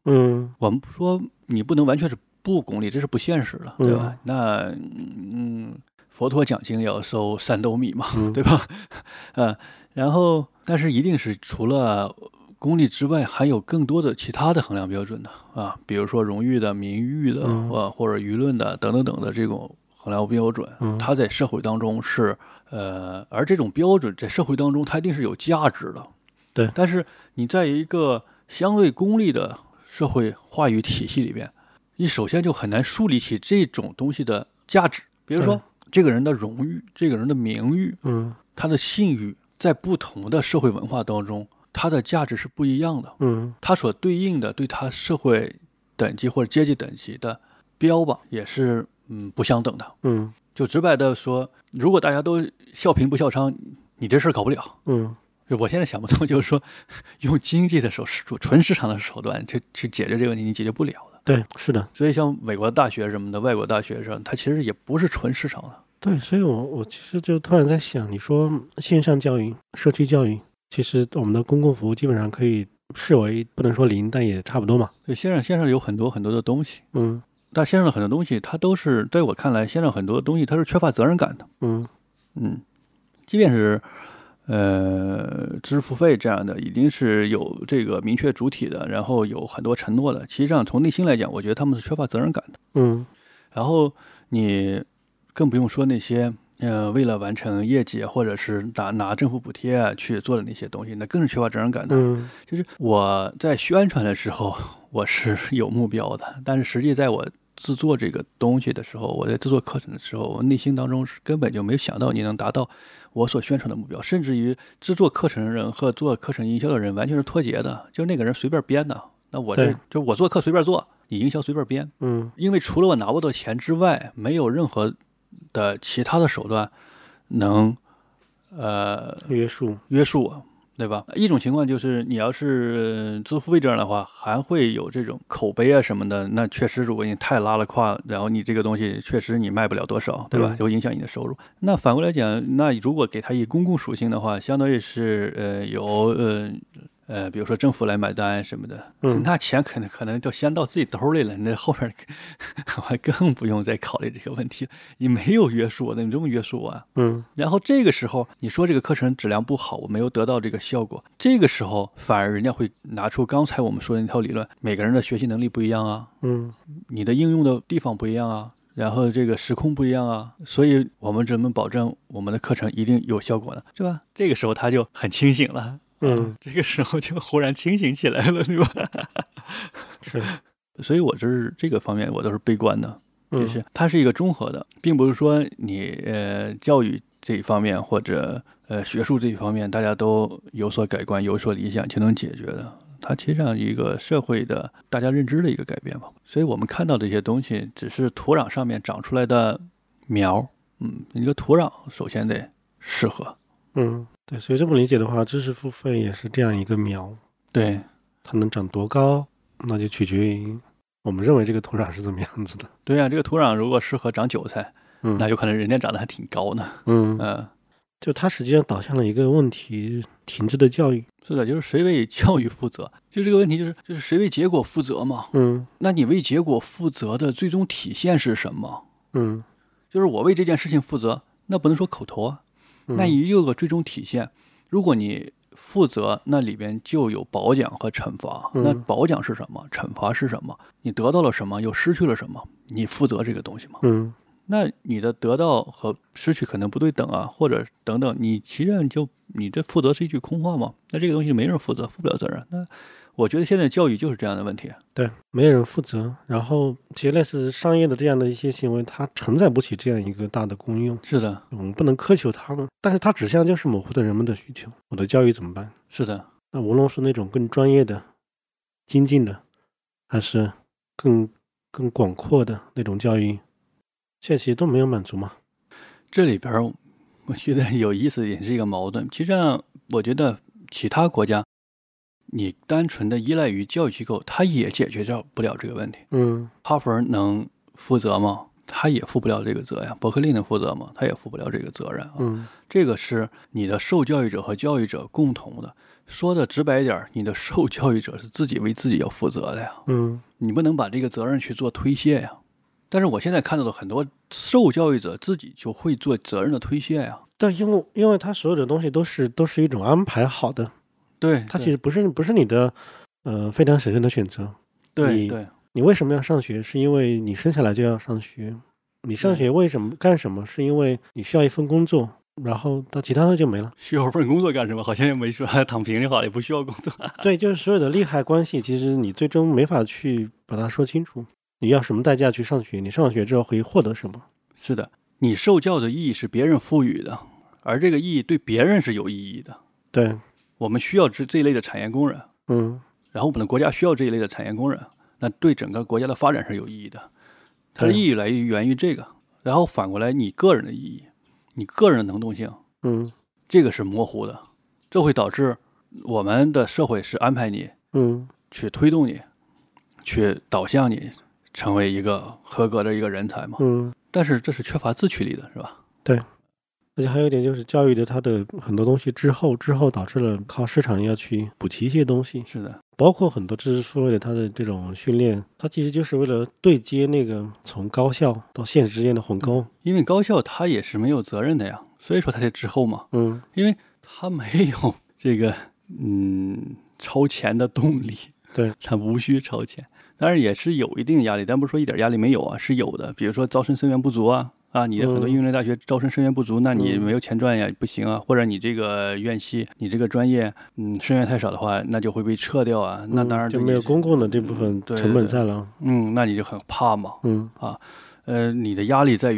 嗯我们不说你不能完全是不功利，这是不现实的，对吧？那嗯，佛陀讲经也要收三斗米嘛，嗯对吧？ *laughs* 呃，然后但是一定是除了。功利之外，还有更多的其他的衡量标准的啊，比如说荣誉的、名誉的，嗯啊，或者舆论的等等等的这种衡量标准，嗯它在社会当中是呃，而这种标准在社会当中它一定是有价值的。对但是你在一个相对功利的社会话语体系里边，你首先就很难树立起这种东西的价值。比如说，这个人的荣誉，这个人的名誉，嗯他的信誉，在不同的社会文化当中，它的价值是不一样的。嗯它所对应的对它社会等级或者阶级等级的标榜也是嗯不相等的。嗯就直白的说，如果大家都笑贫不笑娼，你这事儿搞不了。嗯就我现在想不通，就是说，用经济的手纯纯市场的手段去去解决这个问题，你解决不了的。对，是的。所以，像美国大学什么的，外国大学上，它其实也不是纯市场的。对，所以我我其实就突然在想，你说线上教育、社区教育，其实我们的公共服务基本上可以视为不能说零，但也差不多嘛。对，线上线上有很多很多的东西，嗯但线上的很多东西，它都是在我看来，线上很多东西它是缺乏责任感的。嗯嗯，即便是呃知识付费这样的，已经是有这个明确主体的，然后有很多承诺的。其实上从内心来讲，我觉得他们是缺乏责任感的。嗯然后你更不用说那些。呃，为了完成业绩，啊或者是拿拿政府补贴啊去做的那些东西，那更是缺乏责任感的。嗯就是我在宣传的时候，我是 *laughs* 有目标的，但是实际在我制作这个东西的时候，我在制作课程的时候，我内心当中是根本就没有想到你能达到我所宣传的目标，甚至于制作课程的人和做课程营销的人完全是脱节的，就是那个人随便编的，那我这对就我做课随便做，你营销随便编，嗯因为除了我拿不到钱之外，没有任何的其他的手段能呃约束。约束我，对吧？一种情况就是你要是做付费这样的话，还会有这种口碑啊什么的。那确实，如果你太拉了胯，然后你这个东西确实你卖不了多少，对吧？嗯就会影响你的收入。那反过来讲，那如果给它以公共属性的话，相当于是呃由呃呃，比如说政府来买单什么的，嗯那钱可能可能就先到自己兜里了，那后面 *laughs* 我更不用再考虑这个问题了。你没有约束我，那你这么约束我、啊？嗯然后这个时候你说这个课程质量不好，我没有得到这个效果，这个时候反而人家会拿出刚才我们说的那套理论，每个人的学习能力不一样啊，嗯你的应用的地方不一样啊，然后这个时空不一样啊，所以我们怎么保证我们的课程一定有效果呢？是吧？这个时候他就很清醒了，嗯，这个时候就忽然清醒起来了，对吧？ *laughs* 是，所以我这是这个方面我都是悲观的，就嗯是它是一个综合的，并不是说你呃教育这一方面或者呃学术这一方面大家都有所改观、有所理想就能解决的。它其实上一个社会的大家认知的一个改变吧，所以我们看到的一些东西只是土壤上面长出来的苗，嗯，你这个土壤首先得适合，嗯，对，所以这么理解的话，知识付费也是这样一个苗，对，它能长多高，那就取决于我们认为这个土壤是怎么样子的。对啊呀、这个土壤如果适合长韭菜，嗯，那有可能人家长得还挺高呢，嗯，嗯，就它实际上导向了一个问题：停滞的教育。是的，就是谁为教育负责，就这个问题就是就是谁为结果负责嘛，嗯那你为结果负责的最终体现是什么？嗯，就是我为这件事情负责，那不能说口头啊，嗯那也有个最终体现。如果你负责，那里边就有褒奖和惩罚。嗯那褒奖是什么？惩罚是什么？你得到了什么，又失去了什么？你负责这个东西吗？嗯那你的得到和失去可能不对等啊，或者等等，你其实就你这负责是一句空话嘛？那这个东西没人负责，负不了责任。那我觉得现在教育就是这样的问题。啊对，没有人负责。然后，其实类似商业的这样的一些行为，它承载不起这样一个大的功用，是的，我们不能苛求他们，但是它指向就是模糊的人们的需求。我的教育怎么办？是的。那无论是那种更专业的、精进的，还是更更广阔的那种教育，现在其实都没有满足嘛。这里边儿，我觉得 *laughs* 有意思也是一个矛盾。其实上，我觉得其他国家，你单纯的依赖于教育机构，它也解决掉不了这个问题。嗯哈佛能负责吗？他也负不了这个责呀。伯克利能负责吗？他也负不了这个责任啊。嗯这个是你的受教育者和教育者共同的。说的直白一点儿，你的受教育者是自己为自己要负责的呀。嗯你不能把这个责任去做推卸呀。但是我现在看到的很多受教育者自己就会做责任的推卸呀。对，因为因为它所有的东西都是都是一种安排好的，对，它对其实不是不是你的呃非常神圣的选择。对你对你为什么要上学？是因为你生下来就要上学。你上对。学为什么干什么？是因为你需要一份工作，然后它其他的就没了需要份工作干什么？好像也没说躺平就好了，也不需要工作。 *laughs* 对，就是所有的利害关系，其实你最终没法去把它说清楚。你要什么代价去上学？你上了学之后可以获得什么？是的，你受教的意义是别人赋予的，而这个意义对别人是有意义的。对，我们需要这这一类的产业工人，嗯，然后我们的国家需要这一类的产业工人，那对整个国家的发展是有意义的。它的对意义来源于这个，然后反过来你个人的意义，你个人的能动性，嗯这个是模糊的，这会导致我们的社会是安排你嗯去推动你，去导向你成为一个合格的一个人才嘛。嗯，但是这是缺乏自驱力的，是吧？而且还有一点就是教育的它的很多东西滞后，滞后导致了靠市场要去补齐一些东西，是的，包括很多知识付费的它的这种训练，它其实就是为了对接那个从高校到现实之间的鸿沟。因为高校它也是没有责任的呀，所以说它才滞后嘛，嗯因为它没有这个嗯超前的动力，对，它无需超前，当然也是有一定压力，但不是说一点压力没有啊，是有的，比如说招生生源不足啊。啊，你的很多嗯应用类大学招生生源不足，那你嗯没有钱赚呀，不行啊。或者你这个院系，你这个专业，嗯，生源太少的话，那就会被撤掉啊。那嗯当然就对没你有是公共的这部分对成对本对在了。嗯，那你就很怕嘛。嗯呃，你的压力在于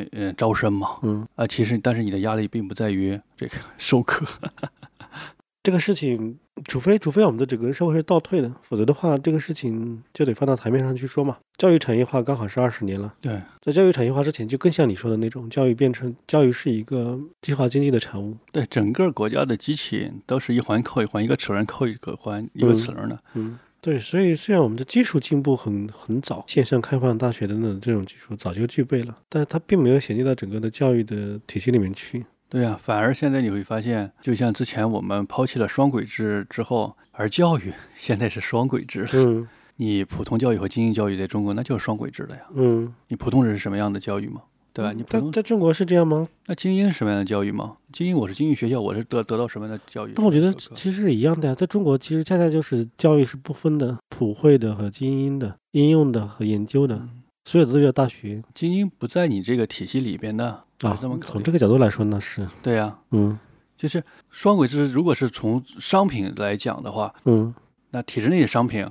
于呃招生嘛，嗯，啊，其实但是你的压力并不在于这个授课， *laughs* 这个事情，除非除非我们的整个社会是倒退的，否则的话，这个事情就得放到台面上去说嘛。教育产业化刚好是二十年了，对，在教育产业化之前，就更像你说的那种，教育变成教育是一个计划经济的产物。对，整个国家的机器都是一环扣一环，一个齿轮扣一个环，一个嗯齿轮的，嗯，对，所以虽然我们的技术进步很很早，线上开放大学等等这种技术早就具备了，但是它并没有衔接到整个的教育的体系里面去。对呀、反而现在你会发现，就像之前我们抛弃了双轨制之后，而教育 *laughs* 现在是双轨制了，嗯你普通教育和精英教育在中国那就是双轨制的呀，嗯，你普通人是什么样的教育嘛，对吧？你普在通在中国是嗯这样吗？那精英是什么样的教育嘛？精英我是精英学校，我是得得到什么样的教育？但我觉得授课其实是一样的呀，在中国其实恰恰就是教育是不分的，普惠的和精英的，应用的和研究的，所有的都叫大学精英不在你这个体系里边的，我啊是这么。考从虑这个角度来说呢，是对呀、嗯就是双轨制，如果是从商品来讲的话，嗯那体制内的商品，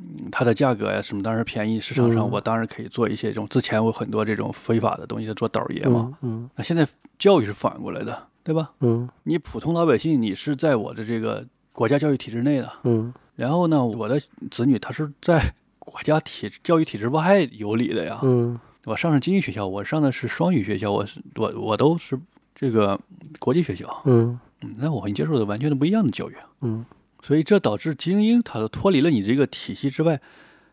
嗯，它的价格呀什么当然便宜，市场上嗯我当然可以做一些这种，之前我有很多这种非法的东西做倒爷嘛。嗯嗯那现在教育是反过来的，对吧？嗯你普通老百姓，你是在我的这个国家教育体制内的，嗯然后呢，我的子女他是在国家体制教育体制外有理的呀。嗯我上的精英学校，我上的是双语学校，我是我我都是这个国际学校，嗯嗯，那我会接受的完全的不一样的教育，嗯所以这导致精英他脱离了你这个体系之外，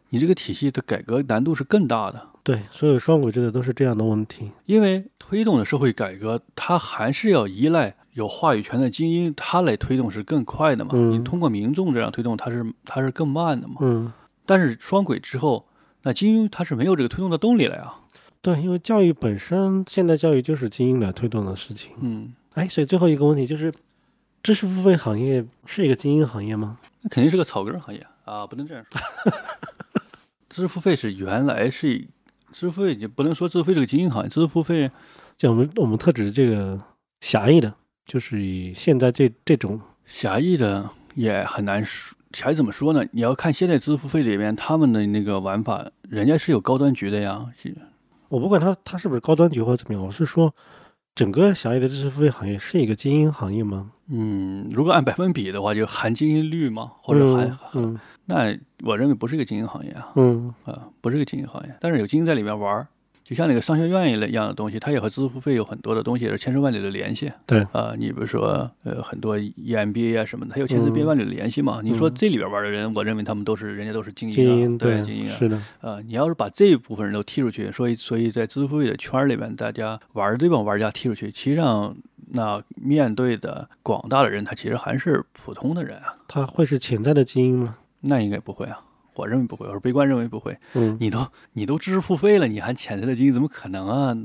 你这个体系的改革难度是更大的，对，所有双轨制的都是这样的问题。因为推动的社会改革，它还是要依赖有话语权的精英，他来推动是更快的嘛，嗯你通过民众这样推动，它是它是更慢的嘛。嗯，但是双轨之后，那精英它是没有这个推动的动力了呀。对，因为教育本身，现代教育就是精英来推动的事情。嗯，哎，所以最后一个问题就是，知识付费行业是一个精英行业吗？那肯定是个草根儿行业啊，不能这样说。 *laughs* 知识付费是原来是一，知识付费你不能说知识付费是个精英行业，知识付费就我们我们特指这个狭义的，就是以现在这这种，狭义的也很难说。狭义怎么说呢？你要看现在知识付费里面他们的那个玩法，人家是有高端局的呀。是我不管它它是不是高端局或者怎么样，我是说整个狭义的知识付费行业是一个精英行业吗？嗯，如果按 *laughs* 百分比的话，就含精英率嘛，或者含、嗯那我认为不是一个精英行业啊。嗯啊，不是个精英行业，但是有精英在里面玩儿，就像那个商学院一类一样的东西，它也和知识付费有很多的东西也是千丝万缕的联系。对啊、你比如说呃很多 EMBA 啊什么的，它有千丝嗯万缕的联系嘛。你说嗯这里边玩的人，我认为他们都是人家都是精嗯，英、啊，精英对精英啊。是的，呃，你要是把这一部分人都踢出去，所以所以在支付费的圈儿里面，大家玩儿这帮玩家踢出去，其实上那面对的广大的人，他其实还是普通的人啊，它会是潜在的精英吗？那应该不会啊。我认为不会，我是悲观认为不会。嗯，你都你都知识付费了，你还潜在的精英，怎么可能啊？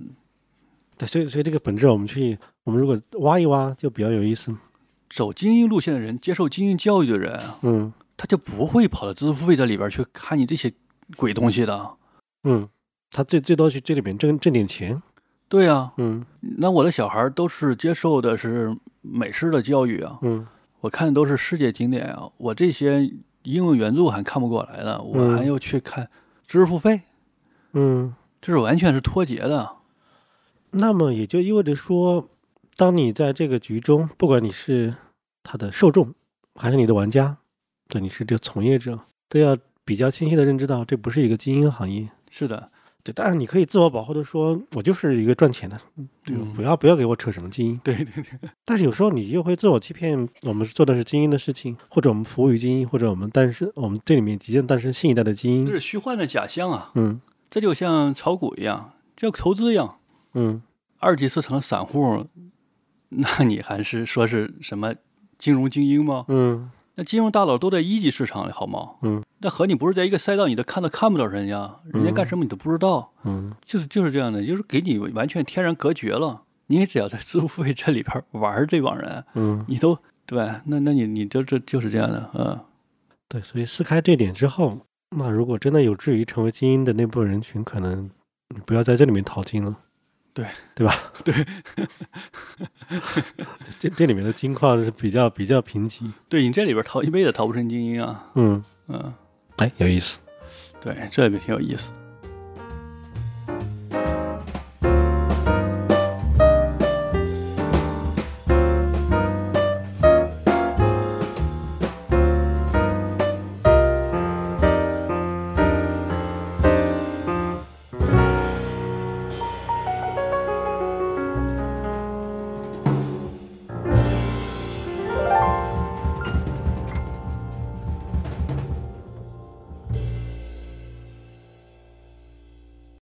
对，所以所以这个本质我们去，我们如果挖一挖就比较有意思。走精英路线的人，接受精英教育的人，嗯他就不会跑到知识付费这里边去看你这些鬼东西的。嗯，他最最多去这里边挣挣点钱。对啊，嗯那我的小孩都是接受的是美式的教育啊，嗯我看的都是世界经典啊，我这些英文原著还看不过来呢，我嗯还要去看知识付费，嗯，这是完全是脱节的。那么也就意味着说，当你在这个局中，不管你是他的受众，还是你的玩家，对，你是这个从业者，都要比较清晰的认知到，这不是一个精英行业。是的，对，当然你可以自我保护的说，我就是一个赚钱的，对吧，嗯不要不要给我扯什么精英。对对对，但是有时候你又会自我欺骗，我们做的是精英的事情，或者我们服务于精英，或者我们诞生，我们这里面即将诞生新一代的精这英。是虚幻的假象啊，嗯这就像炒股一样，就投资一样。嗯二级市场的散户，那你还是说是什么金融精英吗？嗯那金融大佬都在一级市场里，好吗？嗯，那和你不是在一个赛道，你都看都看不到人家，人家干什么你都不知道，嗯就是就是这样的，就是给你完全天然隔绝了。你只要在支付费这里边玩儿这帮人，嗯，你都对吧，那那你你就这就是这样的，嗯，对。所以撕开这点之后，那如果真的有志于成为精英的那部分人群，可能你不要在这里面淘金了。对对吧？对， *laughs* 这这里面的金矿是比较比较贫瘠。对你这里边淘一辈子淘不成精英啊，嗯，嗯，哎，有意思。对，这也挺有意思。